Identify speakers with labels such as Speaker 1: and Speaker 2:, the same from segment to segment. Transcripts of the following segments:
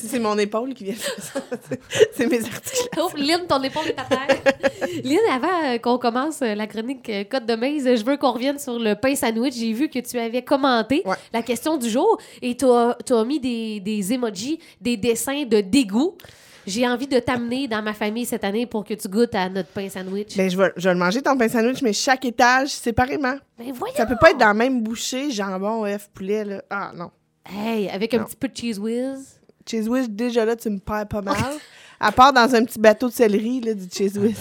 Speaker 1: C'est mon épaule qui vient de faire ça. C'est mes articles.
Speaker 2: Oh, Lynn, ton épaule est à terre. Lynn, avant euh, qu'on commence euh, la chronique euh, Côte de Maze, euh, je veux qu'on revienne sur le pain sandwich. J'ai vu que tu avais commenté
Speaker 1: Ouais.
Speaker 2: la question du jour et tu as, mis des, des emojis, des dessins de dégoût. J'ai envie de t'amener dans ma famille cette année pour que tu goûtes à notre pain sandwich.
Speaker 1: Ben, je vais, je vais le manger ton pain sandwich, mais chaque étage séparément.
Speaker 2: Ben voyons!
Speaker 1: Ça peut pas être dans la même bouchée, jambon, œuf, poulet, là. Ah non.
Speaker 2: Hey, avec un
Speaker 1: Non.
Speaker 2: petit peu de cheese whiz.
Speaker 1: Cheese whiz, déjà là, tu me perds pas mal. À part dans un petit bateau de céleri, là, du cheese whiz.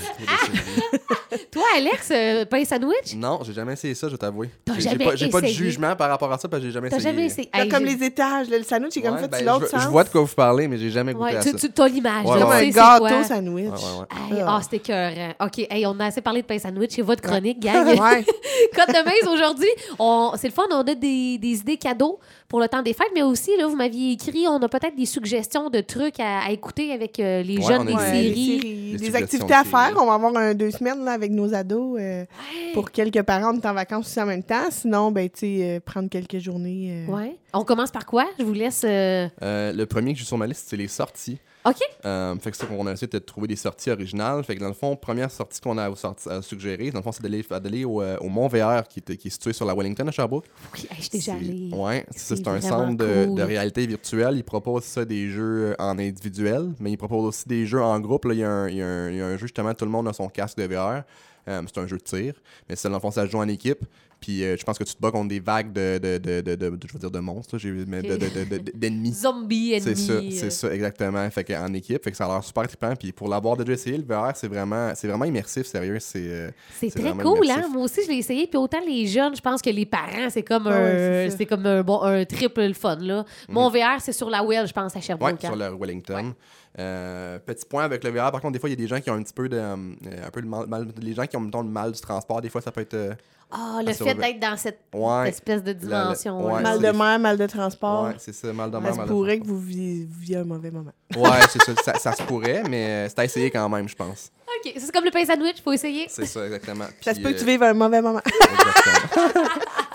Speaker 2: Toi, Alex, euh, pain sandwich?
Speaker 3: Non, j'ai jamais essayé ça, je vais t'avouer.
Speaker 2: T'as
Speaker 3: J'ai-
Speaker 2: jamais
Speaker 3: J'ai pas, j'ai pas de
Speaker 2: essayé?
Speaker 3: jugement par rapport à ça parce que j'ai jamais
Speaker 2: T'as
Speaker 3: essayé.
Speaker 2: jamais essayé?
Speaker 1: Là,
Speaker 2: Hey,
Speaker 1: comme
Speaker 2: j'ai-
Speaker 1: les étages, là, le sandwich, c'est comme
Speaker 3: Ouais,
Speaker 1: ça,
Speaker 3: ben,
Speaker 1: tu
Speaker 3: je
Speaker 1: l'autre
Speaker 3: vois-
Speaker 1: sens.
Speaker 3: Je vois de quoi vous parlez, mais j'ai jamais goûté
Speaker 2: Ouais,
Speaker 3: à
Speaker 2: tu,
Speaker 3: ça.
Speaker 2: tu t'as l'image.
Speaker 3: Ouais,
Speaker 2: là,
Speaker 1: comme
Speaker 2: tu
Speaker 3: ouais.
Speaker 1: un
Speaker 2: sais c'est quoi.
Speaker 1: gâteau sandwich.
Speaker 3: Ouais, ouais, ouais.
Speaker 2: Hey,
Speaker 1: Ah.
Speaker 2: Ah, c'était écœurant. OK, hey, on a assez parlé de pain sandwich. C'est votre chronique, gang.
Speaker 1: Ouais.
Speaker 2: Côte de Maze, aujourd'hui, on- c'est le fun. On a des, des idées cadeaux pour le temps des fêtes, mais aussi, là, vous m'aviez écrit, on a peut-être des suggestions de trucs à, à écouter avec euh, les
Speaker 3: Ouais,
Speaker 2: jeunes, des
Speaker 3: on a des-
Speaker 1: Ouais, les
Speaker 2: séries.
Speaker 3: Les
Speaker 1: séries, des
Speaker 3: suggestions
Speaker 1: activités à
Speaker 3: de
Speaker 1: faire.
Speaker 3: séries.
Speaker 1: On va avoir un, deux semaines là, avec nos ados euh, pour quelques parents. On est en vacances tous en même temps. Sinon, ben, tu sais, euh, prendre quelques journées. euh.
Speaker 2: Ouais. On commence par quoi? Je vous laisse. euh,
Speaker 3: Euh, le premier que j'ai sur ma liste, c'est les sorties.
Speaker 2: OK.
Speaker 3: Euh, fait que ça, on a essayé de trouver des sorties originales. Fait que dans le fond, première sortie qu'on a à, vous sorti- à suggérer, dans le fond, c'est d'aller d'aller au, euh, au Mont VR qui, est- qui est situé sur la Wellington à Sherbrooke.
Speaker 2: Oui, hey, je suis déjà
Speaker 3: C'est-
Speaker 2: allée.
Speaker 3: Ouais, c'est
Speaker 2: C'est
Speaker 3: ça, c'est un
Speaker 2: vraiment
Speaker 3: centre de,
Speaker 2: cool.
Speaker 3: de réalité virtuelle. Ils proposent ça des jeux euh, en individuel, mais ils proposent aussi des jeux en groupe. Là, il, y a un, il y a un- il y a un jeu justement, tout le monde a son casque de VR. Euh, c'est un jeu de tir, mais c'est dans le fond, ça se joue en équipe. Puis euh, je pense que tu te bats contre des vagues de, de, de, de, de- je veux dire de monstres, là, j'ai- mais de- de- de- de- d'ennemis.
Speaker 2: Zombie ennemi.
Speaker 3: C'est ça,
Speaker 2: euh,
Speaker 3: c'est ça, exactement. Fait que en équipe, fait que ça a l'air super trippant. Puis pour l'avoir déjà essayé, le VR, c'est vraiment, c'est vraiment immersif, sérieux. C'est, euh,
Speaker 2: C'est
Speaker 3: c'est
Speaker 2: très
Speaker 3: vraiment
Speaker 2: cool, hein?
Speaker 3: immersif.
Speaker 2: Moi aussi, je l'ai essayé. Puis autant les jeunes, je pense que les parents, c'est comme,
Speaker 1: Ah
Speaker 2: un,
Speaker 1: ouais, c'est ça.
Speaker 2: c'est comme un, bon, un triple fun, là. Mon VR, c'est sur la Well, je pense, à
Speaker 3: Mhm. Ouais,
Speaker 2: Sherbrooke. hein.
Speaker 3: sur le Wellington. Euh, petit point avec le VR. Par contre, des fois, il y a des gens qui ont un petit peu de, euh, un peu de mal, mal- les gens qui ont mettons, le mal du transport. Des fois, ça peut être euh,
Speaker 2: Ah, le
Speaker 3: sur
Speaker 2: fait
Speaker 3: le-
Speaker 2: d'être dans cette
Speaker 3: ouais.
Speaker 2: espèce de
Speaker 3: La- la-
Speaker 2: dimension.
Speaker 3: ouais,
Speaker 2: là.
Speaker 1: Mal
Speaker 3: c'est-
Speaker 1: de mer, mal de transport.
Speaker 3: Ouais, c'est ça, mal de mer,
Speaker 1: ça se
Speaker 3: mal de
Speaker 1: pourrait que vous viviez, vous viviez un mauvais moment.
Speaker 3: transport. Ouais, c'est ça, ça, ça se pourrait, mais euh, c'est à essayer quand même, je pense.
Speaker 2: OK, c'est comme le pain sandwich, faut essayer.
Speaker 3: C'est ça, exactement.
Speaker 1: Ça se
Speaker 3: Puis,
Speaker 1: peut que
Speaker 3: euh,
Speaker 1: tu vives un mauvais moment.
Speaker 3: Exactement.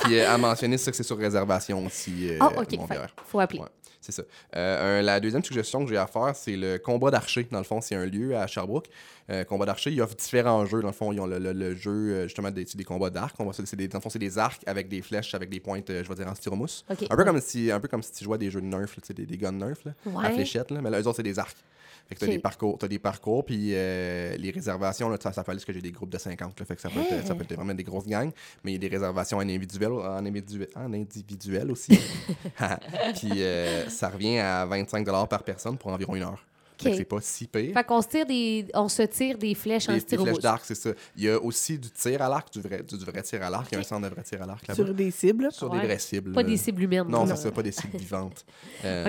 Speaker 3: Puis euh, à mentionner, c'est ça que c'est sur réservation aussi. euh,
Speaker 2: Ah, OK,
Speaker 3: mon
Speaker 2: fait-
Speaker 3: VR.
Speaker 2: faut appeler.
Speaker 3: Ouais, c'est ça. Euh, un- la deuxième suggestion que j'ai à faire, c'est le combat d'archers. Dans le fond, c'est un lieu à Sherbrooke. Euh, combat d'archers, ils offrent différents jeux. Dans le fond, ils ont le, le- le jeu euh, justement des, des combats d'arcs. On va- c'est des- Dans le fond, c'est des arcs avec des flèches, avec des pointes, euh, je vais dire, en styromousse.
Speaker 2: OK.
Speaker 3: Un, peu comme si, un peu comme si tu jouais à des jeux de nerf, là, tu sais, des, des guns nerf, là, à
Speaker 2: Ouais.
Speaker 3: fléchette. là. Mais là, eux autres, c'est des arcs. Fait que t'as
Speaker 2: OK.
Speaker 3: des parcours, t'as des parcours, puis euh, les réservations, là, ça, ça fait juste que j'ai des groupes de 50, là, fait que ça peut, être, ça peut être vraiment des grosses gangs, mais il y a des réservations en individuel, en individu- en individuel aussi. puis euh, ça revient à 25 par personne pour environ une heure. Fait que
Speaker 2: OK.
Speaker 3: c'est pas si pire.
Speaker 2: Fait qu'on se tire des on se tire des flèches en
Speaker 3: Des, des flèches
Speaker 2: styromousse.
Speaker 3: d'arc, c'est ça. Il y a aussi du tir à l'arc, du vrai, du, du vrai tir à l'arc. Il y a un centre de vrai tir à l'arc là-bas.
Speaker 1: Sur
Speaker 3: Sur,
Speaker 1: des cibles.
Speaker 2: Ouais.
Speaker 3: des vraies cibles.
Speaker 2: Pas
Speaker 3: là.
Speaker 2: des cibles humaines.
Speaker 3: Non, ça, c'est pas des cibles vivantes. Euh,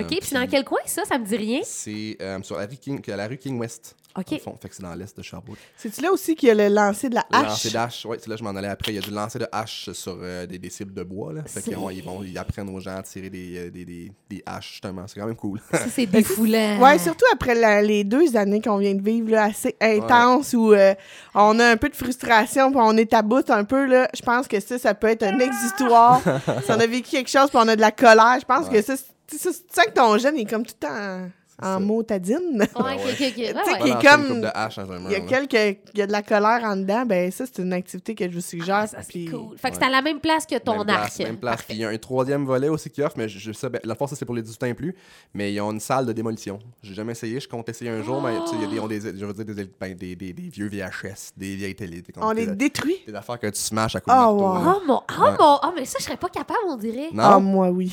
Speaker 2: OK, puis c'est dans quel coin ça ça me dit rien
Speaker 3: C'est euh, sur la rue King, la rue King West.
Speaker 2: OK.
Speaker 3: dans le fond. Fait que c'est dans l'est de Sherbrooke.
Speaker 1: C'est-tu là aussi qu'il y a le lancer de la
Speaker 3: Le lancer
Speaker 1: hache?
Speaker 3: d'hache, oui, c'est là que je m'en allais après. Il y a du lancer de hache sur euh, des, des cibles de bois. Là. Fait
Speaker 2: C'est-
Speaker 3: qu'ils vont- ils, vont, ils apprennent aux gens à tirer des, euh, des, des, des haches, justement. C'est quand même cool.
Speaker 2: Ça c'est défoulant.
Speaker 3: Euh,
Speaker 1: Ouais, surtout après la- les deux années qu'on vient de vivre, là, assez intenses, où euh, on a un peu de frustration, puis on est à bout un peu, là. Je pense que ça, ça peut être un exutoire. si on a vécu quelque chose, puis on a de la colère, je pense
Speaker 3: Ouais.
Speaker 1: que ça, c'est- tu sais, tu sens que ton jeune est comme tout le temps en, en
Speaker 3: ça.
Speaker 1: motadine.
Speaker 3: Ah,
Speaker 2: Ouais, OK, OK, OK. Ouais,
Speaker 1: Tu sais,
Speaker 2: ouais.
Speaker 1: qui est
Speaker 3: lancer
Speaker 1: comme-
Speaker 3: Une coupe de hache dans un mur.
Speaker 1: Il y a
Speaker 3: là.
Speaker 1: quelques, il y a de la colère en dedans, ben ça, c'est une activité que je vous suggère.
Speaker 2: Ah, ça, c'est
Speaker 1: puis-
Speaker 2: cool. Fait que c'est à la même place que ton
Speaker 3: même
Speaker 2: arc.
Speaker 3: Place, même place. Puis il y a un troisième volet aussi qui offre, mais je, je sais, ben, la force, ça, c'est pour les 18 ans et plus, mais ils ont une salle de démolition. J'ai jamais essayé, je compte essayer un jour, mais tu sais, il y a des, ont des, je veux dire, des, ben, des, des, des vieux VHS, des vieilles télé. des-
Speaker 1: On les
Speaker 3: des-
Speaker 1: détruit.
Speaker 3: Des affaires que tu smashes à coups de
Speaker 1: Oh,
Speaker 3: marteau,
Speaker 1: wow.
Speaker 3: là.
Speaker 2: Oh mon oh
Speaker 3: Ouais.
Speaker 2: mon oh mais ça je serais pas capable on dirait.
Speaker 1: Ah,
Speaker 3: Non?
Speaker 1: moi, oui.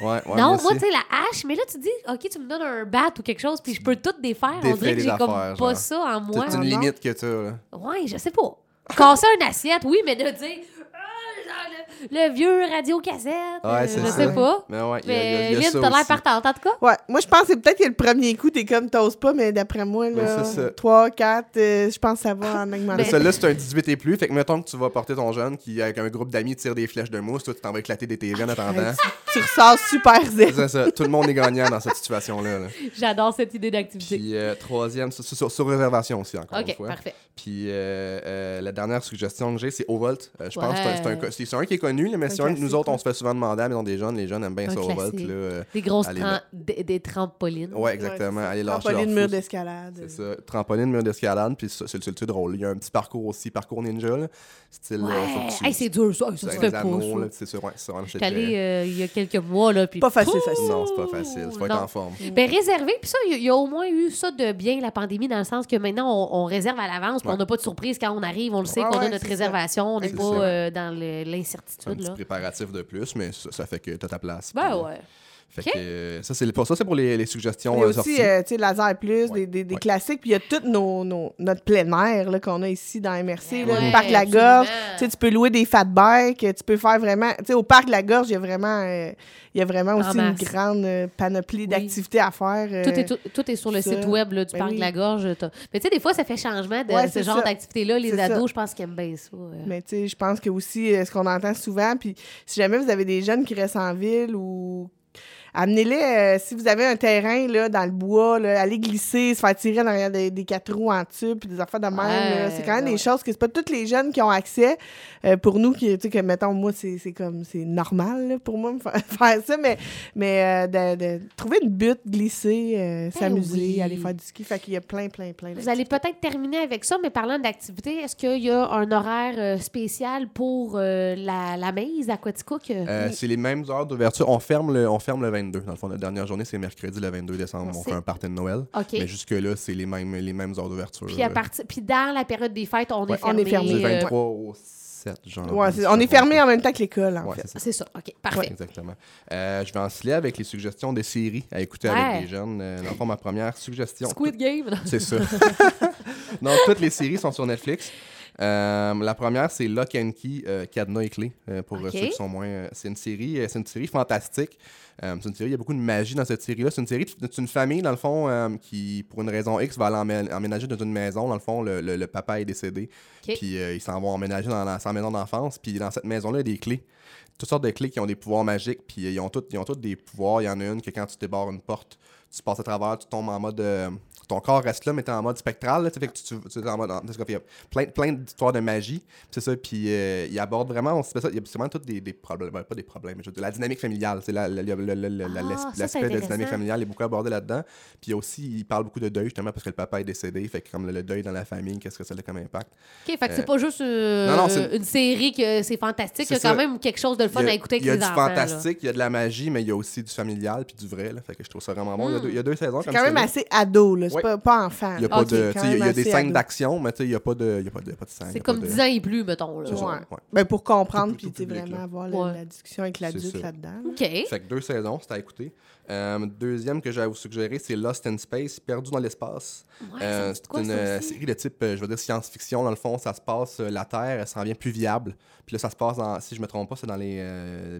Speaker 3: Ouais, ouais,
Speaker 2: Oh, um, non,
Speaker 3: bien
Speaker 2: moi
Speaker 3: sûr.
Speaker 2: tu sais la hache, mais là tu dis OK, tu me donnes un bat ou quelque chose puis je peux tout défaire.
Speaker 3: Défais
Speaker 2: On dirait que
Speaker 3: les
Speaker 2: j'ai comme
Speaker 3: affaires,
Speaker 2: pas
Speaker 3: genre.
Speaker 2: ça en moi.
Speaker 3: C'est une limite que tu as. là.
Speaker 2: Ouais, je sais pas. Casser une assiette, oui, mais de dire. Ah, le vieux radio-cassette.
Speaker 3: Ouais,
Speaker 2: euh,
Speaker 3: c'est
Speaker 2: je
Speaker 3: ça.
Speaker 2: sais pas.
Speaker 3: Mais ouais, il y a- il y a- il
Speaker 2: Mais
Speaker 3: y a
Speaker 2: Lynn,
Speaker 3: ça
Speaker 2: t'as l'air
Speaker 3: aussi.
Speaker 2: partante, en tout cas.
Speaker 1: Ouais, moi je pense que c'est peut-être que le premier coup, t'es comme t'oses pas, mais d'après moi,
Speaker 3: Mais
Speaker 1: là,
Speaker 3: Ben, c'est ça.
Speaker 1: 3, 4, je pense que ça va en augmentant.
Speaker 2: Ben,
Speaker 3: Mais celui-là, c'est un 18 et plus. Fait que mettons que tu vas porter ton jeune qui, avec un groupe d'amis, tire des flèches de mousse. Toi, tu t'en vas éclater des TG en attendant.
Speaker 1: tu ressors super zen.
Speaker 3: C'est ça. Tout le monde est gagnant dans cette situation-là. là.
Speaker 2: J'adore cette idée d'activité.
Speaker 3: Puis euh, troisième, sur, sur- sur réservation aussi, encore une
Speaker 2: OK,
Speaker 3: fois.
Speaker 2: parfait.
Speaker 3: Puis euh, euh, la dernière suggestion que j'ai, c'est Au Volt. Euh, je pense que c'est un- c'est un,
Speaker 2: Ouais.
Speaker 3: c'est- c'est un qui est connu, là, mais c'est un que nous
Speaker 1: classique,
Speaker 3: autres, on se fait souvent demander à la maison des jeunes. Les jeunes aiment bien
Speaker 2: Un
Speaker 3: ça, Au Volt.
Speaker 2: classique.
Speaker 3: là, euh,
Speaker 2: Des grosses
Speaker 3: Allez,
Speaker 2: tram-
Speaker 3: là.
Speaker 2: des, des trampolines.
Speaker 3: Ouais, exactement. Allez lâcher
Speaker 1: Trampoline,
Speaker 3: leur
Speaker 1: mur
Speaker 3: fou.
Speaker 1: d'escalade.
Speaker 3: C'est ça. Trampoline, mur d'escalade, puis ça, c'est le c'est le plus drôle. Il y a un petit parcours aussi, parcours ninja, là. Style. euh, faut
Speaker 2: Ouais.
Speaker 3: que tu-
Speaker 2: Hey, c'est dur, ça. Ça,
Speaker 3: avec
Speaker 2: tu fais
Speaker 3: les
Speaker 2: pas,
Speaker 3: anneaux, là,
Speaker 2: ça.
Speaker 3: puis C'est sûr, ouais, c'est vraiment
Speaker 2: Je suis
Speaker 3: c'est
Speaker 2: allée
Speaker 3: vrai.
Speaker 2: euh, il y a quelques mois, là, puis...
Speaker 1: Pas facile, facile.
Speaker 3: Non, c'est pas facile. Faut être
Speaker 2: Non.
Speaker 3: en forme.
Speaker 2: Ben réservé, puis ça, il y a- il y, a au moins eu ça de bien, la pandémie, dans le sens que maintenant, on, on réserve à l'avance, puis
Speaker 3: Ouais.
Speaker 2: on n'a pas de surprise quand on arrive, on le sait
Speaker 1: Ouais,
Speaker 2: qu'on
Speaker 1: ouais,
Speaker 2: a notre
Speaker 1: c'est
Speaker 2: réservation, on n'est
Speaker 3: C'est
Speaker 2: pas
Speaker 3: ça.
Speaker 2: euh, dans le-
Speaker 3: C'est un
Speaker 2: l'incertitude,
Speaker 3: petit
Speaker 2: là.
Speaker 3: préparatif de plus, mais ça, ça fait que t'as ta place.
Speaker 2: Ben
Speaker 3: puis,
Speaker 2: ouais.
Speaker 3: Fait
Speaker 2: Ok.
Speaker 3: que, euh, ça, c'est pour, ça, c'est pour les, les suggestions
Speaker 1: Il y a
Speaker 3: euh,
Speaker 1: aussi,
Speaker 3: sorties.
Speaker 1: euh, tu sais, laser plus, des, des, des
Speaker 3: Ouais.
Speaker 1: classiques. Puis il y a tout nos, nos- notre plein air là, qu'on a ici dans MRC, là,
Speaker 2: Ben Ouais,
Speaker 1: le parc La
Speaker 2: absolument.
Speaker 1: Gorge. Tu sais, tu peux louer des fat bikes, tu peux faire vraiment. Tu sais, au parc La Gorge, il y a vraiment, euh, il y a vraiment
Speaker 2: En
Speaker 1: aussi une
Speaker 2: masse.
Speaker 1: grande euh, panoplie d'activités à faire. euh,
Speaker 2: Tout est, tout, tout est sur le
Speaker 1: ça.
Speaker 2: site web là, du
Speaker 1: Ben
Speaker 2: Parc
Speaker 1: oui.
Speaker 2: de la Gorge. t'as- Mais tu sais, des fois, ça fait changement de
Speaker 1: Ouais,
Speaker 2: ce
Speaker 1: c'est
Speaker 2: genre
Speaker 1: ça.
Speaker 2: d'activité-là. Les
Speaker 1: C'est
Speaker 2: ados,
Speaker 1: ça.
Speaker 2: je pense qu'ils aiment bien ça. euh.
Speaker 1: Mais tu sais, je pense que aussi, euh, ce qu'on entend souvent, puis si jamais vous avez des jeunes qui restent en ville ou. Amenez-les, euh, si vous avez un terrain là, dans le bois, là, allez glisser, se faire tirer dans des, des quatre roues en tube, puis des affaires de même. là.
Speaker 2: Ouais,
Speaker 1: c'est quand même
Speaker 2: ouais,
Speaker 1: des
Speaker 2: ouais.
Speaker 1: choses que c'est pas tous les jeunes qui ont accès. Euh, pour nous, qui, tu sais, que mettons, moi, c'est c'est comme, c'est normal là, pour moi de fa- faire ça, mais, mais euh, de, de trouver une butte, glisser, euh, s'amuser,
Speaker 2: Ben oui.
Speaker 1: aller faire du ski. Fait qu'il y a plein, plein, plein.
Speaker 2: Vous allez peut-être terminer avec ça, mais parlant d'activité, est-ce qu'il y a un horaire euh, spécial pour euh, la, la mise à Quaticook?
Speaker 3: Euh, c'est les mêmes heures d'ouverture. On ferme, le, on ferme le 22. Dans le fond, la dernière journée, c'est mercredi le 22 décembre.
Speaker 2: On
Speaker 3: On
Speaker 2: sait.
Speaker 3: fait un party de Noël.
Speaker 2: Ah, OK.
Speaker 3: Mais jusque-là, c'est les mêmes, les mêmes heures d'ouverture.
Speaker 2: Puis, à
Speaker 3: là.
Speaker 2: partir, puis dans la période des fêtes, on
Speaker 1: Ouais,
Speaker 2: est
Speaker 1: on
Speaker 2: fermé.
Speaker 1: est fermé.
Speaker 3: Du
Speaker 2: euh,
Speaker 3: 23 au 7 janvier.
Speaker 1: Ouais, c'est- on est fermé en même temps que l'école, en
Speaker 3: Ouais,
Speaker 1: fait.
Speaker 3: c'est ça.
Speaker 2: C'est ça. OK, parfait.
Speaker 3: Exactement. Euh, je vais en filer avec les suggestions de séries à écouter
Speaker 2: Ouais.
Speaker 3: avec les jeunes. Euh, dans le fond, ma première suggestion.
Speaker 2: Squid Game. là.
Speaker 3: C'est ça. non, toutes les séries sont sur Netflix. Euh, la première, c'est Lock and Key, euh, Cadenas et Clé, euh, pour euh,
Speaker 2: Ok.
Speaker 3: ceux qui sont moins. euh, c'est une série, euh, c'est une série fantastique. Euh, c'est une série, il y a beaucoup de magie dans cette série-là. C'est une série, de- c'est une famille dans le fond euh, qui, pour une raison X, va aller emmé- emménager dans une maison. Dans le fond, le, le- le papa est décédé,
Speaker 2: Ok.
Speaker 3: puis euh, ils s'en vont emménager dans la, sa maison d'enfance. Puis dans cette maison-là, il y a des clés toutes sortes de clés qui ont des pouvoirs magiques, puis euh, ils ont toutes ils ont toutes des pouvoirs. Il y en a une que quand tu débarres une porte, tu passes à travers, tu tombes en mode. euh, ton corps reste là, mais t'es en mode spectral. Là, tu sais, fait que tu, tu- tu es en mode. en- en tout cas, il y a plein, plein d'histoires de magie. puis C'est ça. Puis euh, ils abordent vraiment. On se fait ça, il y a sûrement toutes des, des problèmes. ben, pas des problèmes, mais je veux dire, la dynamique familiale. c'est la- la- le- le- le- le-
Speaker 2: Ah, ça,
Speaker 3: la- l'as-
Speaker 2: c'est
Speaker 3: L'aspect de la dynamique
Speaker 2: intéressant.
Speaker 3: familiale est beaucoup abordé là-dedans. Puis aussi, ils parlent beaucoup de deuil, justement, parce que le papa est décédé. Fait que comme le, le deuil dans la famille, qu'est-ce que ça a comme impact?
Speaker 2: OK, fait que c'est
Speaker 3: Euh,
Speaker 2: pas juste euh,
Speaker 3: non, non, c'est-
Speaker 2: une série que c'est fantastique. Il y a
Speaker 3: C'est
Speaker 2: quand
Speaker 3: ça.
Speaker 2: même quelque chose de le fun
Speaker 3: Il y a-
Speaker 2: à écouter avec
Speaker 3: Il y a
Speaker 2: les
Speaker 3: du
Speaker 2: enfants. là.
Speaker 3: fantastique, il y a de la magie, mais il y a aussi du familial puis du vrai. Là, fait que je trouve ça vraiment
Speaker 2: Hmm.
Speaker 3: bon. Il, y a deux, il y a deux saisons.
Speaker 1: C'est
Speaker 3: comme
Speaker 1: quand même
Speaker 3: ça.
Speaker 1: assez ado, là. C'est
Speaker 3: Ouais.
Speaker 1: pas, pas enfant.
Speaker 3: Il y a, pas
Speaker 2: Ok,
Speaker 3: de, tu
Speaker 1: quand
Speaker 3: sais, il y a- il y a
Speaker 1: même
Speaker 3: des
Speaker 1: assez
Speaker 3: scènes
Speaker 1: ado.
Speaker 3: d'action, mais tu sais, il n'y a pas de, il y a pas de, il y a pas de scène. Ah, il y
Speaker 2: C'est
Speaker 3: a
Speaker 2: comme
Speaker 3: pas de-
Speaker 2: 10 ans et plus, mettons. là.
Speaker 3: C'est ça,
Speaker 1: Ouais.
Speaker 3: ouais.
Speaker 1: Ben, pour comprendre,
Speaker 3: Tout-
Speaker 1: puis
Speaker 3: tout
Speaker 1: tu sais,
Speaker 3: public,
Speaker 1: vraiment
Speaker 3: là.
Speaker 1: avoir la-
Speaker 2: Ouais.
Speaker 1: la discussion avec l'adulte
Speaker 3: ça.
Speaker 1: là-dedans. là.
Speaker 2: OK.
Speaker 3: Fait que deux saisons, c'est à écouter. Euh, deuxième que j'ai à vous suggérer, c'est Lost in Space, Perdu dans l'espace.
Speaker 2: Ouais, ça
Speaker 3: Euh,
Speaker 2: me dit
Speaker 3: c'est
Speaker 2: quoi,
Speaker 3: une
Speaker 2: ça
Speaker 3: euh,
Speaker 2: aussi?
Speaker 3: série de type, euh, je veux dire, science-fiction. Dans le fond, ça se passe, euh, la Terre, elle s'en vient plus viable. Puis là, ça se passe, dans, si je me trompe pas, c'est dans les euh,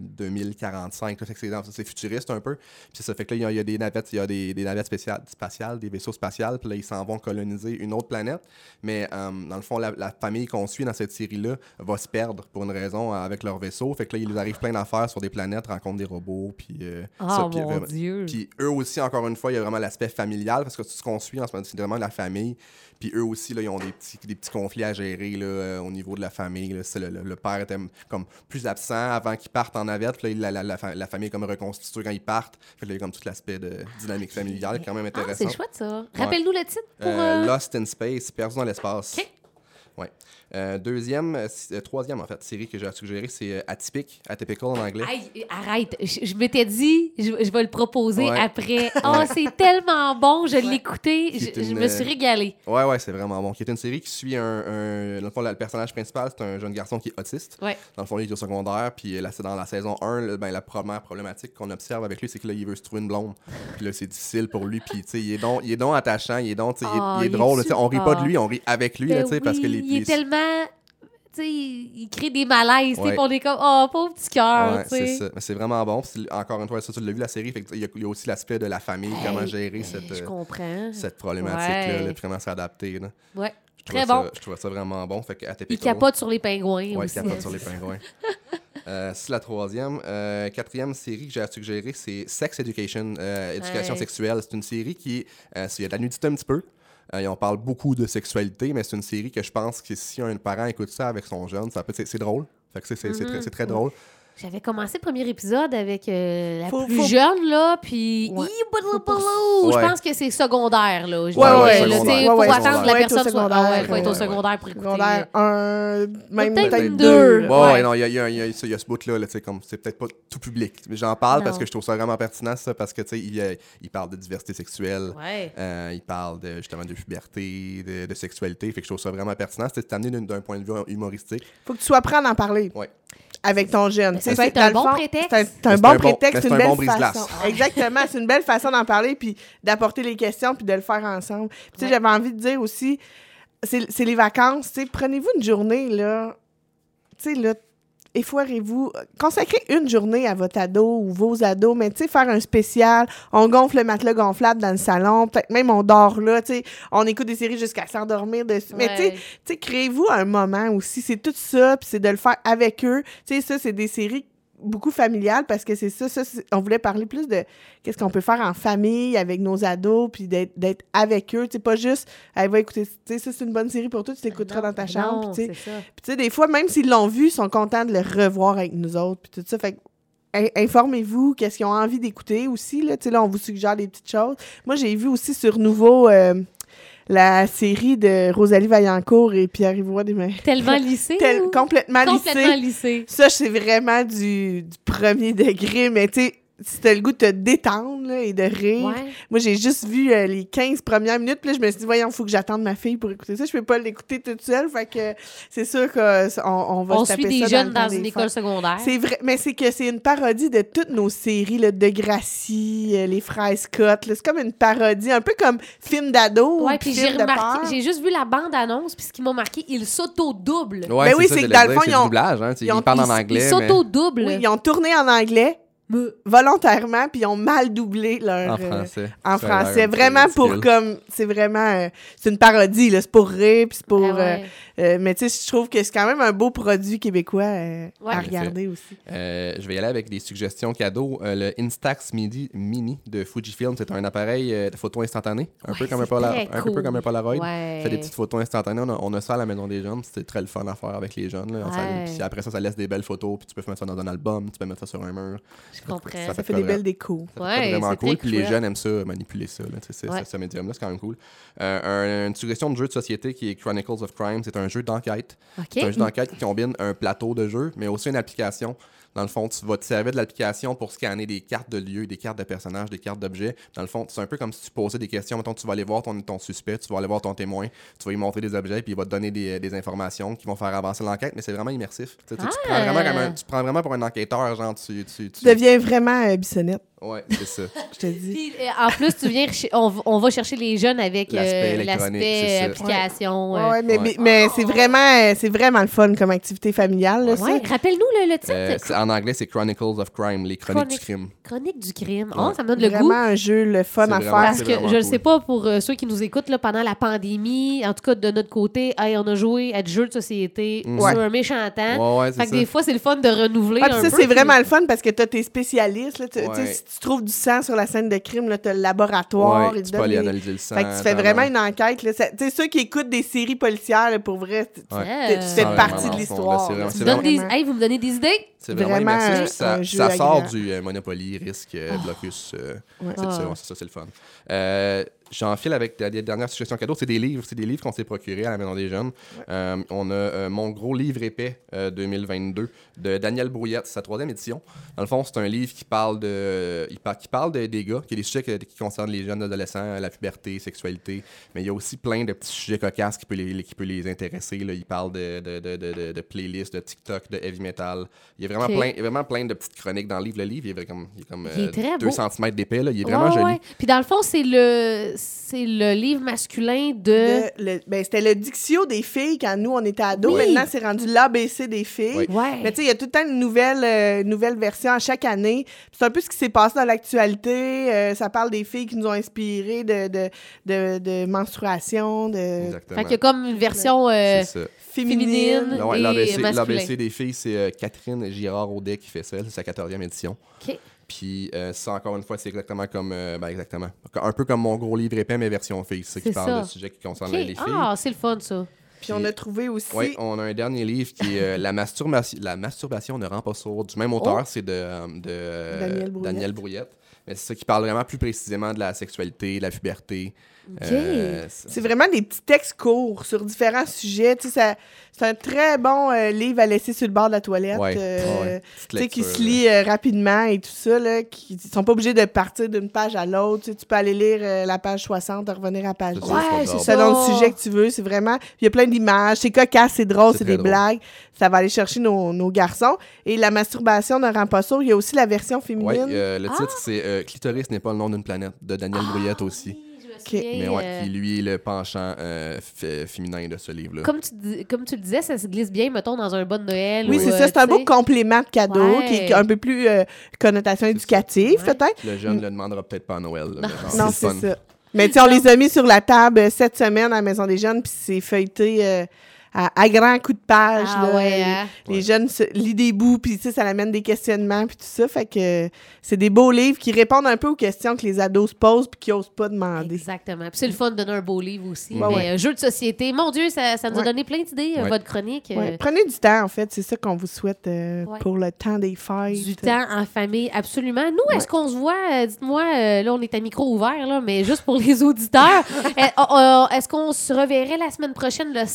Speaker 3: 2045. là. Fait que c'est dans- c'est futuriste un peu. Puis c'est ça fait que là, il y a- il y, a des navettes, il y a des, des navettes spéciales, spatiales, des vaisseaux spatials. Puis là, ils s'en vont coloniser une autre planète. Mais euh, dans le fond, la, la famille qu'on suit dans cette série-là va se perdre pour une raison euh, avec leur vaisseau. Fait que là, il leur arrive plein d'affaires sur des planètes, rencontrent des robots. Puis, euh,
Speaker 2: Ah,
Speaker 3: puis,
Speaker 2: mon
Speaker 3: vraiment-
Speaker 2: Dieu.
Speaker 3: puis eux aussi, encore une fois, il y a vraiment l'aspect familial parce que ce qu'on suit en ce moment, c'est vraiment la famille. Puis eux aussi, là, ils ont des petits, des petits conflits à gérer là, euh, au niveau de la famille. là. C'est Le, le- le père était comme plus absent avant qu'ils partent en navette. Puis là, la, la- la fa- la famille est comme reconstituée quand ils partent. Fait que là, il y a comme tout l'aspect de dynamique familiale quand même
Speaker 2: Ah,
Speaker 3: intéressant.
Speaker 2: c'est chouette, ça. Rappelle-nous le titre pour...
Speaker 3: Euh,
Speaker 2: euh,
Speaker 3: Lost in Space, perdu dans l'espace.
Speaker 2: OK.
Speaker 3: Ouais. Euh, deuxième, euh, si- euh, troisième en fait, série que j'ai à suggérer, c'est euh, Atypique, Atypical en anglais.
Speaker 2: Aïe, arrête, je, je m'étais dit, je, je vais le proposer
Speaker 3: Ouais.
Speaker 2: après. Oh, c'est tellement bon, je l'ai écouté,
Speaker 3: Qui est
Speaker 2: je, je
Speaker 3: une,
Speaker 2: me suis
Speaker 3: euh,
Speaker 2: régalée.
Speaker 3: Ouais, ouais, c'est vraiment bon. Qui est une série qui suit un. un- dans le fond, le personnage principal, c'est un jeune garçon qui est autiste.
Speaker 2: Ouais.
Speaker 3: Dans le fond, il est au secondaire. Puis euh, là, c'est dans la saison 1, là, ben, la première problématique qu'on observe avec lui, c'est que là, il veut se trouver une blonde. Puis là, c'est difficile pour lui. Puis, tu sais, il est donc, il est donc attachant, il est donc, tu sais, il est-
Speaker 2: Ah,
Speaker 3: il est,
Speaker 2: il est
Speaker 3: drôle. là, tu sais, on rit pas
Speaker 2: super.
Speaker 3: de lui, on rit avec lui, là,
Speaker 2: Ben
Speaker 3: tu sais, parce que
Speaker 2: oui,
Speaker 3: les.
Speaker 2: il
Speaker 3: les-
Speaker 2: est tellement... tu sais, il il crée des malaises, tu sais,
Speaker 3: Ouais.
Speaker 2: puis on est comme, oh, pauvre petit cœur,
Speaker 3: Ouais,
Speaker 2: tu
Speaker 3: c'est
Speaker 2: sais.
Speaker 3: ça. Mais c'est vraiment bon. Puis c'est- encore une fois, ça, tu l'as vu, la série. fait que Il y, a- il y a aussi l'aspect de la famille, comment
Speaker 2: Hey,
Speaker 3: gérer
Speaker 2: hey,
Speaker 3: cette,
Speaker 2: Ben, Je
Speaker 3: euh,
Speaker 2: comprends.
Speaker 3: cette problématique-là,
Speaker 2: Ouais.
Speaker 3: là, puis comment s'adapter. là.
Speaker 2: Ouais.
Speaker 3: Je trouvais
Speaker 2: Très bon.
Speaker 3: ça- Je trouvais ça vraiment bon. Fait que ATP
Speaker 2: Il
Speaker 3: Tour.
Speaker 2: capote sur les pingouins
Speaker 3: Ouais,
Speaker 2: aussi.
Speaker 3: capote sur les pingouins. Euh, c'est la troisième. Euh, quatrième série que j'ai à suggérer, c'est Sex Education, euh, éducation
Speaker 2: Ouais.
Speaker 3: sexuelle. C'est une série qui euh, c'est- il y a de la nudité un petit peu. Euh, et on parle beaucoup de sexualité, mais c'est une série que je pense que si un parent écoute ça avec son jeune, ça peut c'est c'est drôle. Fait que c'est- c'est
Speaker 2: Mm-hmm.
Speaker 3: c'est très, c'est très drôle.
Speaker 2: J'avais commencé le premier épisode avec euh, la
Speaker 1: Faut-
Speaker 2: plus
Speaker 1: faut-
Speaker 2: jeune, là, puis...
Speaker 3: Ouais.
Speaker 2: Hi, boulou, boulou. Je
Speaker 3: Ouais.
Speaker 2: pense que c'est secondaire, là. je
Speaker 1: Ouais,
Speaker 2: dirais,
Speaker 3: ouais,
Speaker 2: là,
Speaker 3: secondaire.
Speaker 2: tu sais,
Speaker 3: Ouais,
Speaker 2: Faut
Speaker 3: ouais,
Speaker 2: attendre que la
Speaker 1: faut être au
Speaker 2: personne soit... Ah ouais,
Speaker 1: secondaire,
Speaker 2: faut être au
Speaker 3: ouais, ouais.
Speaker 2: secondaire pour écouter.
Speaker 1: Secondaire 1, même
Speaker 2: Peut-être
Speaker 1: peut-être
Speaker 2: deux.
Speaker 3: Ouais,
Speaker 1: 2.
Speaker 2: Ouais.
Speaker 3: ouais, non, il y a, il y a- il y a- il y a ce bout-là, là, tu sais, comme c'est peut-être pas tout public. Mais J'en parle parce
Speaker 2: Non.
Speaker 3: que je trouve ça vraiment pertinent, ça, parce que, tu sais, il, euh, il parle de diversité sexuelle.
Speaker 2: Ouais.
Speaker 3: Euh, il parle de, justement de puberté, de, de sexualité. Fait que je trouve ça vraiment pertinent. C'est amené d'un- d'un point de vue humoristique.
Speaker 1: Faut que tu sois prêt à en parler
Speaker 3: Ouais.
Speaker 1: avec ton jeune.
Speaker 2: Mais ça
Speaker 1: Tu sais,
Speaker 2: peut
Speaker 1: c'est-
Speaker 2: être un
Speaker 1: dans le
Speaker 2: bon
Speaker 1: fond,
Speaker 2: prétexte. Ah.
Speaker 1: C'est un, c'est un
Speaker 3: Mais c'est
Speaker 1: bon
Speaker 3: un bon- mais
Speaker 1: prétexte,
Speaker 3: c'est
Speaker 1: c'est une
Speaker 3: un
Speaker 1: belle
Speaker 3: bon brise-glace.
Speaker 1: façon. Exactement, c'est une belle façon d'en parler puis d'apporter les questions puis de le faire ensemble. Puis, Tu sais,
Speaker 2: Ouais.
Speaker 1: j'avais envie de dire aussi, c'est c'est les vacances, tu sais, prenez-vous une journée, là, tu sais, là, effoirez-vous, consacrez une journée à votre ado ou vos ados, mais tu sais, faire un spécial, on gonfle le matelas gonflable dans le salon, peut-être même on dort là, tu sais, on écoute des séries jusqu'à s'endormir dessus, mais tu sais,
Speaker 2: Ouais.
Speaker 1: tu sais, créez-vous un moment aussi. C'est tout ça, puis c'est de le faire avec eux. Tu sais, ça, c'est des séries beaucoup familiales parce que c'est ça, ça c'est- on voulait parler plus de qu'est-ce qu'on peut faire en famille avec nos ados, puis d'être d'être avec eux. Tu sais, pas juste, elle va écouter, tu sais, ça, c'est une bonne série pour toi, tu t'écouteras
Speaker 2: Ah Non,
Speaker 1: dans ta
Speaker 2: mais
Speaker 1: chambre.
Speaker 2: non,
Speaker 1: puis tu sais,
Speaker 2: c'est ça.
Speaker 1: puis tu sais, des fois, même s'ils l'ont vu, ils sont contents de le revoir avec nous autres, puis tout ça. Fait que, in- informez-vous qu'est-ce qu'ils ont envie d'écouter aussi. Là, Tu sais, là, on vous suggère des petites choses. Moi, j'ai vu aussi sur Nouveau euh, la série de Rosalie Vaillancourt et Pierre-Yvois Desmarais.
Speaker 2: Tellement lissé.
Speaker 1: Tel-
Speaker 2: ou-
Speaker 1: complètement
Speaker 2: Complètement
Speaker 1: lissé.
Speaker 2: lissé.
Speaker 1: Ça, c'est vraiment du, du premier degré, mais tu sais, si t'as le goût de te détendre là, et de rire,
Speaker 2: Ouais.
Speaker 1: moi, j'ai juste vu euh, les 15 premières minutes, puis là, je me suis dit, voyons, faut que j'attende ma fille pour écouter ça. Je peux pas l'écouter toute seule, fait que euh, c'est sûr qu'on on, on va
Speaker 2: On
Speaker 1: se taper
Speaker 2: suit des
Speaker 1: ça
Speaker 2: jeunes
Speaker 1: le temps
Speaker 2: dans une
Speaker 1: des
Speaker 2: école
Speaker 1: fêtes.
Speaker 2: secondaire.
Speaker 1: C'est vrai, mais c'est que c'est une parodie de toutes nos séries, là, de Gracie, euh, les frères Scott. là. C'est comme une parodie, un peu comme film d'ado
Speaker 2: Ouais,
Speaker 1: ou
Speaker 2: puis j'ai
Speaker 1: film de
Speaker 2: remarqué,
Speaker 1: peur.
Speaker 2: j'ai juste vu la bande-annonce, puis ce qui m'a marqué, il s'auto-double.
Speaker 3: Ouais,
Speaker 1: Ben oui, c'est que dans le fond,
Speaker 3: c'est
Speaker 1: ils ont-
Speaker 3: doublage. Hein, tu sais,
Speaker 1: ils ont-
Speaker 3: ils parlent en
Speaker 2: Il-
Speaker 3: anglais.
Speaker 2: Il
Speaker 3: mais
Speaker 2: s'auto-double.
Speaker 1: Oui, ils ont tourné en anglais
Speaker 2: Me-
Speaker 1: volontairement, puis ils ont mal doublé leur...
Speaker 3: en
Speaker 1: euh,
Speaker 3: français.
Speaker 1: en
Speaker 3: Ça a l'air
Speaker 1: français.
Speaker 3: un petit
Speaker 1: Vraiment pour
Speaker 3: ridicule.
Speaker 1: comme. C'est vraiment. euh, c'est une parodie, là. C'est pour rire, puis c'est pour.
Speaker 2: Ah ouais.
Speaker 1: euh, euh, mais tu sais, je trouve que c'est quand même un beau produit québécois euh,
Speaker 2: Ouais.
Speaker 1: à regarder aussi.
Speaker 3: Euh, je vais y aller avec des suggestions cadeaux. Euh, le Instax Midi, Mini de Fujifilm, c'est un appareil euh, de photo instantanée, un, peu,
Speaker 2: Ouais,
Speaker 3: comme un,
Speaker 2: c'est
Speaker 3: Polar-
Speaker 2: très
Speaker 3: un peu comme un
Speaker 2: cool.
Speaker 3: Polaroid.
Speaker 2: Ouais.
Speaker 3: fait des petites photos instantanées. On a, on a ça à la maison des jeunes. puis C'est très le fun à faire avec les jeunes. là, en
Speaker 2: Ouais.
Speaker 3: famille. Puis après ça, ça laisse des belles photos. Puis tu peux mettre ça dans un album, tu peux mettre ça sur un mur.
Speaker 2: Je comprends.
Speaker 3: Ça
Speaker 1: Ça
Speaker 3: fait
Speaker 1: fait des
Speaker 3: vrai.
Speaker 1: belles décos.
Speaker 3: Ça peut être
Speaker 2: Ouais,
Speaker 3: vraiment
Speaker 2: c'est
Speaker 3: cool.
Speaker 2: très
Speaker 3: Puis les
Speaker 2: chouette.
Speaker 3: jeunes aiment ça, manipuler ça. Là, tu sais, c'est-
Speaker 2: Ouais.
Speaker 3: c'est- Ce médium-là, c'est quand même cool. Euh, un- une suggestion de jeu de société qui est Chronicles of Crime. C'est un jeu d'enquête.
Speaker 2: OK.
Speaker 3: C'est un jeu d'enquête qui combine un plateau de jeu, mais aussi une application. Dans le fond, tu vas te servir de l'application pour scanner des cartes de lieux, des cartes de personnages, des cartes d'objets. Dans le fond, c'est un peu comme si tu posais des questions. Mettons, tu vas aller voir ton, ton suspect, tu vas aller voir ton témoin, tu vas lui montrer des objets, puis il va te donner des, des informations qui vont faire avancer l'enquête, mais c'est vraiment immersif. Tu, sais, tu- tu prends vraiment
Speaker 2: Ah!
Speaker 3: comme un- tu prends vraiment pour un enquêteur, genre, tu. tu, tu-
Speaker 1: Tu deviens vraiment euh, bisonnette,
Speaker 3: Ouais, c'est ça.
Speaker 1: je te dis.
Speaker 2: Puis, euh, en plus, tu viens, chez- on, v- on va chercher les jeunes avec euh,
Speaker 3: L'aspect électronique, c'est
Speaker 2: l'aspect
Speaker 3: ça.
Speaker 2: application.
Speaker 1: Ouais,
Speaker 2: euh.
Speaker 1: ouais, mais,
Speaker 3: ouais.
Speaker 1: mais, mais c'est vraiment, euh, c'est vraiment le fun comme activité familiale, là, ça.
Speaker 2: Ouais, Rappelle-nous le, le titre.
Speaker 3: Euh, c'est- en anglais, c'est Chronicles of Crime, les
Speaker 2: Chronique-
Speaker 3: chroniques du crime.
Speaker 2: Chronique du crime.
Speaker 3: Ouais.
Speaker 2: Oh, ça me donne le
Speaker 1: Vraiment
Speaker 2: goût.
Speaker 1: un jeu le fun
Speaker 3: C'est
Speaker 1: à
Speaker 3: vraiment-
Speaker 1: faire.
Speaker 2: Parce que
Speaker 3: C'est
Speaker 2: je
Speaker 3: vraiment
Speaker 2: ne
Speaker 3: cool.
Speaker 2: sais pas pour euh, ceux qui nous écoutent là, pendant la pandémie, en tout cas de notre côté, hey, on a joué à des jeux de société
Speaker 3: Mm.
Speaker 2: sur
Speaker 1: Ouais.
Speaker 2: un méchant
Speaker 1: hein?
Speaker 2: temps.
Speaker 3: Ouais, ouais,
Speaker 2: fait
Speaker 3: c'est
Speaker 2: que
Speaker 3: ça.
Speaker 2: des fois, c'est le fun de renouveler.
Speaker 1: Ah, puis
Speaker 2: un
Speaker 1: ça,
Speaker 2: peu,
Speaker 1: c'est
Speaker 2: puis-
Speaker 1: vraiment le fun parce que t'as tes spécialistes. Là, tu, tu sais,
Speaker 3: Ouais.
Speaker 1: Si tu trouves du sang sur la scène de crime, là, t'as le laboratoire.
Speaker 3: Ouais,
Speaker 1: ils te
Speaker 3: tu peux
Speaker 1: donnent
Speaker 3: aller
Speaker 1: les-
Speaker 3: analyser le sang.
Speaker 1: Fait que tu fais
Speaker 3: ta-
Speaker 1: vraiment une enquête. là. Ça- Tu sais, ceux qui écoutent des séries policières, là, pour vrai, tu, tu-
Speaker 3: Ouais.
Speaker 1: tu- tu
Speaker 2: Euh,
Speaker 1: fais
Speaker 3: Ouais,
Speaker 1: partie
Speaker 3: vraiment, dans
Speaker 1: de
Speaker 3: le fond, là,
Speaker 1: l'histoire.
Speaker 3: c'est vraiment-
Speaker 1: là.
Speaker 3: c'est
Speaker 2: Tu donnes des...
Speaker 1: vraiment-
Speaker 2: hey, vous me donnez des idées?
Speaker 3: C'est vraiment,
Speaker 1: Vraiment
Speaker 3: immersif.
Speaker 1: un-
Speaker 3: puis ça,
Speaker 1: un jeu
Speaker 3: ça sort
Speaker 1: agréable.
Speaker 3: du euh, Monopoly, Risque, euh,
Speaker 1: Ah.
Speaker 3: Blocus. euh, C'est
Speaker 2: Ah.
Speaker 3: ça, ouais, c'est ça, c'est le fun. Euh, J'enfile avec la, la dernière suggestion cadeau. C'est des livres. C'est des livres qu'on s'est procurés à la Maison des Jeunes. Euh, on a euh, Mon gros livre épais euh, 2022 de Daniel Brouillette. C'est sa troisième édition. Dans le fond, c'est un livre qui parle de, il par- qui parle de- des gars, qui est des sujets que- qui concernent les jeunes adolescents, la puberté, sexualité. Mais il y a aussi plein de petits sujets cocasses qui peuvent les, qui peut les intéresser. là. Il parle de, de, de, de, de- de playlists, de TikTok, de heavy metal. Il y a vraiment,
Speaker 2: Ok.
Speaker 3: plein, il y a vraiment plein de petites chroniques dans le livre. Le livre, il est comme, euh, il est comme
Speaker 2: Il est très beau.
Speaker 3: cm d'épais. là. Il est vraiment
Speaker 2: Ouais,
Speaker 3: joli.
Speaker 2: ouais. Puis dans le fond, c'est le c'est le livre masculin de.
Speaker 1: De- le- ben, c'était le dictio des filles quand nous, on était ados.
Speaker 2: Euh. Oui.
Speaker 1: Maintenant, c'est rendu l'ABC des filles.
Speaker 3: Oui.
Speaker 2: Ouais.
Speaker 1: Mais tu sais, il y a tout le temps une nouvelle, euh, nouvelle version à chaque année. Puis C'est un peu ce qui s'est passé dans l'actualité. Euh, ça parle des filles qui nous ont inspirés de, de, de, de menstruation, de
Speaker 3: Exactement.
Speaker 2: fait qu'il y a comme une version. euh,
Speaker 3: C'est ça.
Speaker 1: féminine.
Speaker 2: Féminine.
Speaker 3: Là, ouais,
Speaker 2: et
Speaker 3: L'ABC
Speaker 2: masculin.
Speaker 3: l'ABC des filles, c'est euh, Catherine Girard-Audet qui fait ça. C'est sa 14e édition.
Speaker 2: OK.
Speaker 3: Puis euh, ça, encore une fois, c'est exactement comme... euh, ben, exactement. Un peu comme mon gros livre épais, mais version fille. C'est qui
Speaker 2: C'est ça.
Speaker 3: parle de sujets qui concernent
Speaker 2: OK.
Speaker 3: les filles.
Speaker 2: Ah, c'est le fun, ça.
Speaker 1: Puis on a trouvé aussi.
Speaker 3: Oui, on a un dernier livre qui est euh, la, masturbation, la masturbation ne rend pas sourd, du même
Speaker 2: Oh.
Speaker 3: auteur, c'est de, euh, de, euh,
Speaker 1: Daniel Brouillette.
Speaker 3: Brouillette. Mais c'est ça qui parle vraiment plus précisément de la sexualité, de la puberté. Euh, c'est-
Speaker 1: C'est vraiment des petits textes courts sur différents sujets. Tu sais, ça- c'est un très bon euh, livre à laisser sur le bord de la toilette.
Speaker 3: Ouais, Ah
Speaker 1: euh,
Speaker 3: ouais, petite
Speaker 1: Tu sais, qui
Speaker 3: lecture,
Speaker 1: se lit euh, rapidement et tout ça, là, qui ils sont pas obligés de partir d'une page à l'autre. Tu sais, tu peux aller lire euh, la page 60, revenir à page
Speaker 3: C'est
Speaker 1: 10.
Speaker 3: ça, c'est
Speaker 2: Ouais,
Speaker 3: pas
Speaker 2: c'est
Speaker 3: grave.
Speaker 2: ça.
Speaker 1: Selon le sujet que tu veux, c'est vraiment... Il y a plein d'images, c'est cocasse, c'est drôle,
Speaker 3: C'est
Speaker 1: c'est
Speaker 3: très
Speaker 1: des
Speaker 3: drôle.
Speaker 1: blagues. Ça va aller chercher nos, nos garçons. Et la masturbation ne rend pas sourd. Il y a aussi la version
Speaker 3: Ouais,
Speaker 1: féminine.
Speaker 3: euh,
Speaker 2: Ah!
Speaker 3: le titre, c'est euh, Clitoris n'est pas le nom d'une planète, de Daniel Brouillette aussi. Mais
Speaker 2: euh,
Speaker 3: ouais, qui lui est le penchant euh, f- féminin de ce livre-là.
Speaker 2: Comme tu, dis- comme tu le disais, ça se glisse bien, mettons, dans un bon Noël.
Speaker 1: Oui,
Speaker 2: ou,
Speaker 1: c'est
Speaker 2: euh,
Speaker 1: ça. C'est un
Speaker 2: tu
Speaker 1: beau
Speaker 2: sais.
Speaker 1: complément de cadeau
Speaker 2: Ouais.
Speaker 1: qui est un peu plus euh, connotation éducative,
Speaker 2: Ouais.
Speaker 1: peut-être.
Speaker 3: Le
Speaker 2: Mm.
Speaker 3: jeune ne le demandera peut-être pas à Noël. là, mais genre,
Speaker 1: Non,
Speaker 3: le
Speaker 1: c'est
Speaker 3: fun.
Speaker 1: ça. Mais tu sais, on les a mis sur la table euh, cette semaine à la Maison des Jeunes, puis c'est feuilleté euh, à, à grands coups de page.
Speaker 2: Ah
Speaker 1: là.
Speaker 2: ouais,
Speaker 1: les,
Speaker 2: hein?
Speaker 1: les jeunes se, lisent des bouts, puis tu sais, ça amène des questionnements, puis tout ça. Fait que euh, c'est des beaux livres qui répondent un peu aux questions que les ados se posent, puis qu'ils n'osent pas demander.
Speaker 2: Exactement. Puis c'est le fun de donner un beau livre aussi.
Speaker 1: Ouais,
Speaker 2: mais
Speaker 1: ouais.
Speaker 2: euh, jeu de société, mon Dieu, ça, ça nous
Speaker 1: Ouais.
Speaker 2: a donné plein d'idées, euh,
Speaker 3: Ouais.
Speaker 2: votre chronique. euh,
Speaker 1: Ouais, Prenez du temps, en fait. C'est ça qu'on vous souhaite euh,
Speaker 2: Ouais.
Speaker 1: pour le temps des fêtes.
Speaker 2: Du temps en famille, absolument. Nous, est-ce qu'on se voit, euh, dites-moi, euh, là, on est à micro ouvert, là, mais juste pour les auditeurs, Euh, euh, euh, est-ce qu'on se reverrait la semaine prochaine le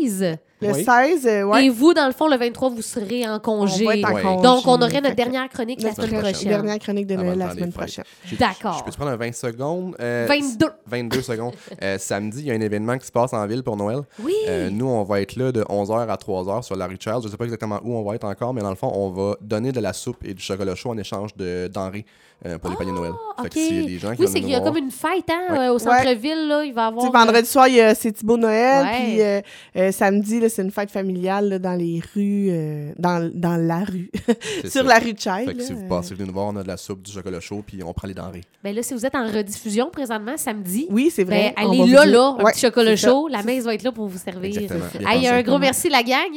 Speaker 2: 16?
Speaker 1: Le
Speaker 3: Oui.
Speaker 1: 16, euh, ouais,
Speaker 2: Et vous, dans le fond, le 23, vous serez en congé.
Speaker 1: on va être en
Speaker 3: Ouais.
Speaker 1: congé.
Speaker 2: Donc, on aurait
Speaker 1: Fait
Speaker 2: notre
Speaker 1: que-
Speaker 2: dernière chronique la semaine prochaine.
Speaker 1: Dernière chronique de
Speaker 3: Avant
Speaker 1: Noël
Speaker 3: le
Speaker 1: la
Speaker 3: temps des
Speaker 1: semaine
Speaker 3: fêtes.
Speaker 1: prochaine.
Speaker 3: Je- je-
Speaker 2: D'accord.
Speaker 3: Je peux te prendre un 20 secondes. Euh,
Speaker 2: 22.
Speaker 3: 22 secondes. Euh, samedi, il y a un événement qui se passe en ville pour Noël.
Speaker 2: Oui.
Speaker 3: Euh, nous, on va être là de 11h à 3h sur la rue Charles. Je ne sais pas exactement où on va être encore, mais dans le fond, on va donner de la soupe et du chocolat chaud en échange de denrées euh, pour les paniers de Noël.
Speaker 2: Ah,
Speaker 3: Fait
Speaker 2: OK.
Speaker 3: que s'il y a des gens
Speaker 2: oui,
Speaker 3: qui veulent
Speaker 2: c'est
Speaker 3: nous
Speaker 2: qu'il y a
Speaker 3: voir-
Speaker 2: comme une fête hein,
Speaker 3: Ouais.
Speaker 2: euh, au centre-ville. là, Il va y
Speaker 1: Tu
Speaker 2: avoir. euh,
Speaker 1: sais, vendredi soir, il y a- c'est Thibaut Noël.
Speaker 2: ben. Ouais.
Speaker 1: Puis euh, euh, samedi, là, c'est une fête familiale là, dans les rues, euh, dans, dans la rue,
Speaker 3: C'est ça.
Speaker 1: sur la rue de Chaille.
Speaker 3: Fait que
Speaker 1: là,
Speaker 3: si vous
Speaker 1: euh,
Speaker 3: passez, venez nous voir, on a de la soupe, du chocolat chaud, puis on prend les denrées.
Speaker 2: Ben là, si vous êtes en rediffusion présentement samedi,
Speaker 1: Oui, c'est
Speaker 2: ben,
Speaker 1: vrai. on
Speaker 2: allez là,
Speaker 1: va vous-
Speaker 2: là, un
Speaker 1: Ouais,
Speaker 2: petit chocolat
Speaker 1: c'est ça.
Speaker 2: chaud. La messe va être là pour vous servir.
Speaker 3: Exactement. Bien
Speaker 2: Hey,
Speaker 3: pensé.
Speaker 2: un gros merci, la gang.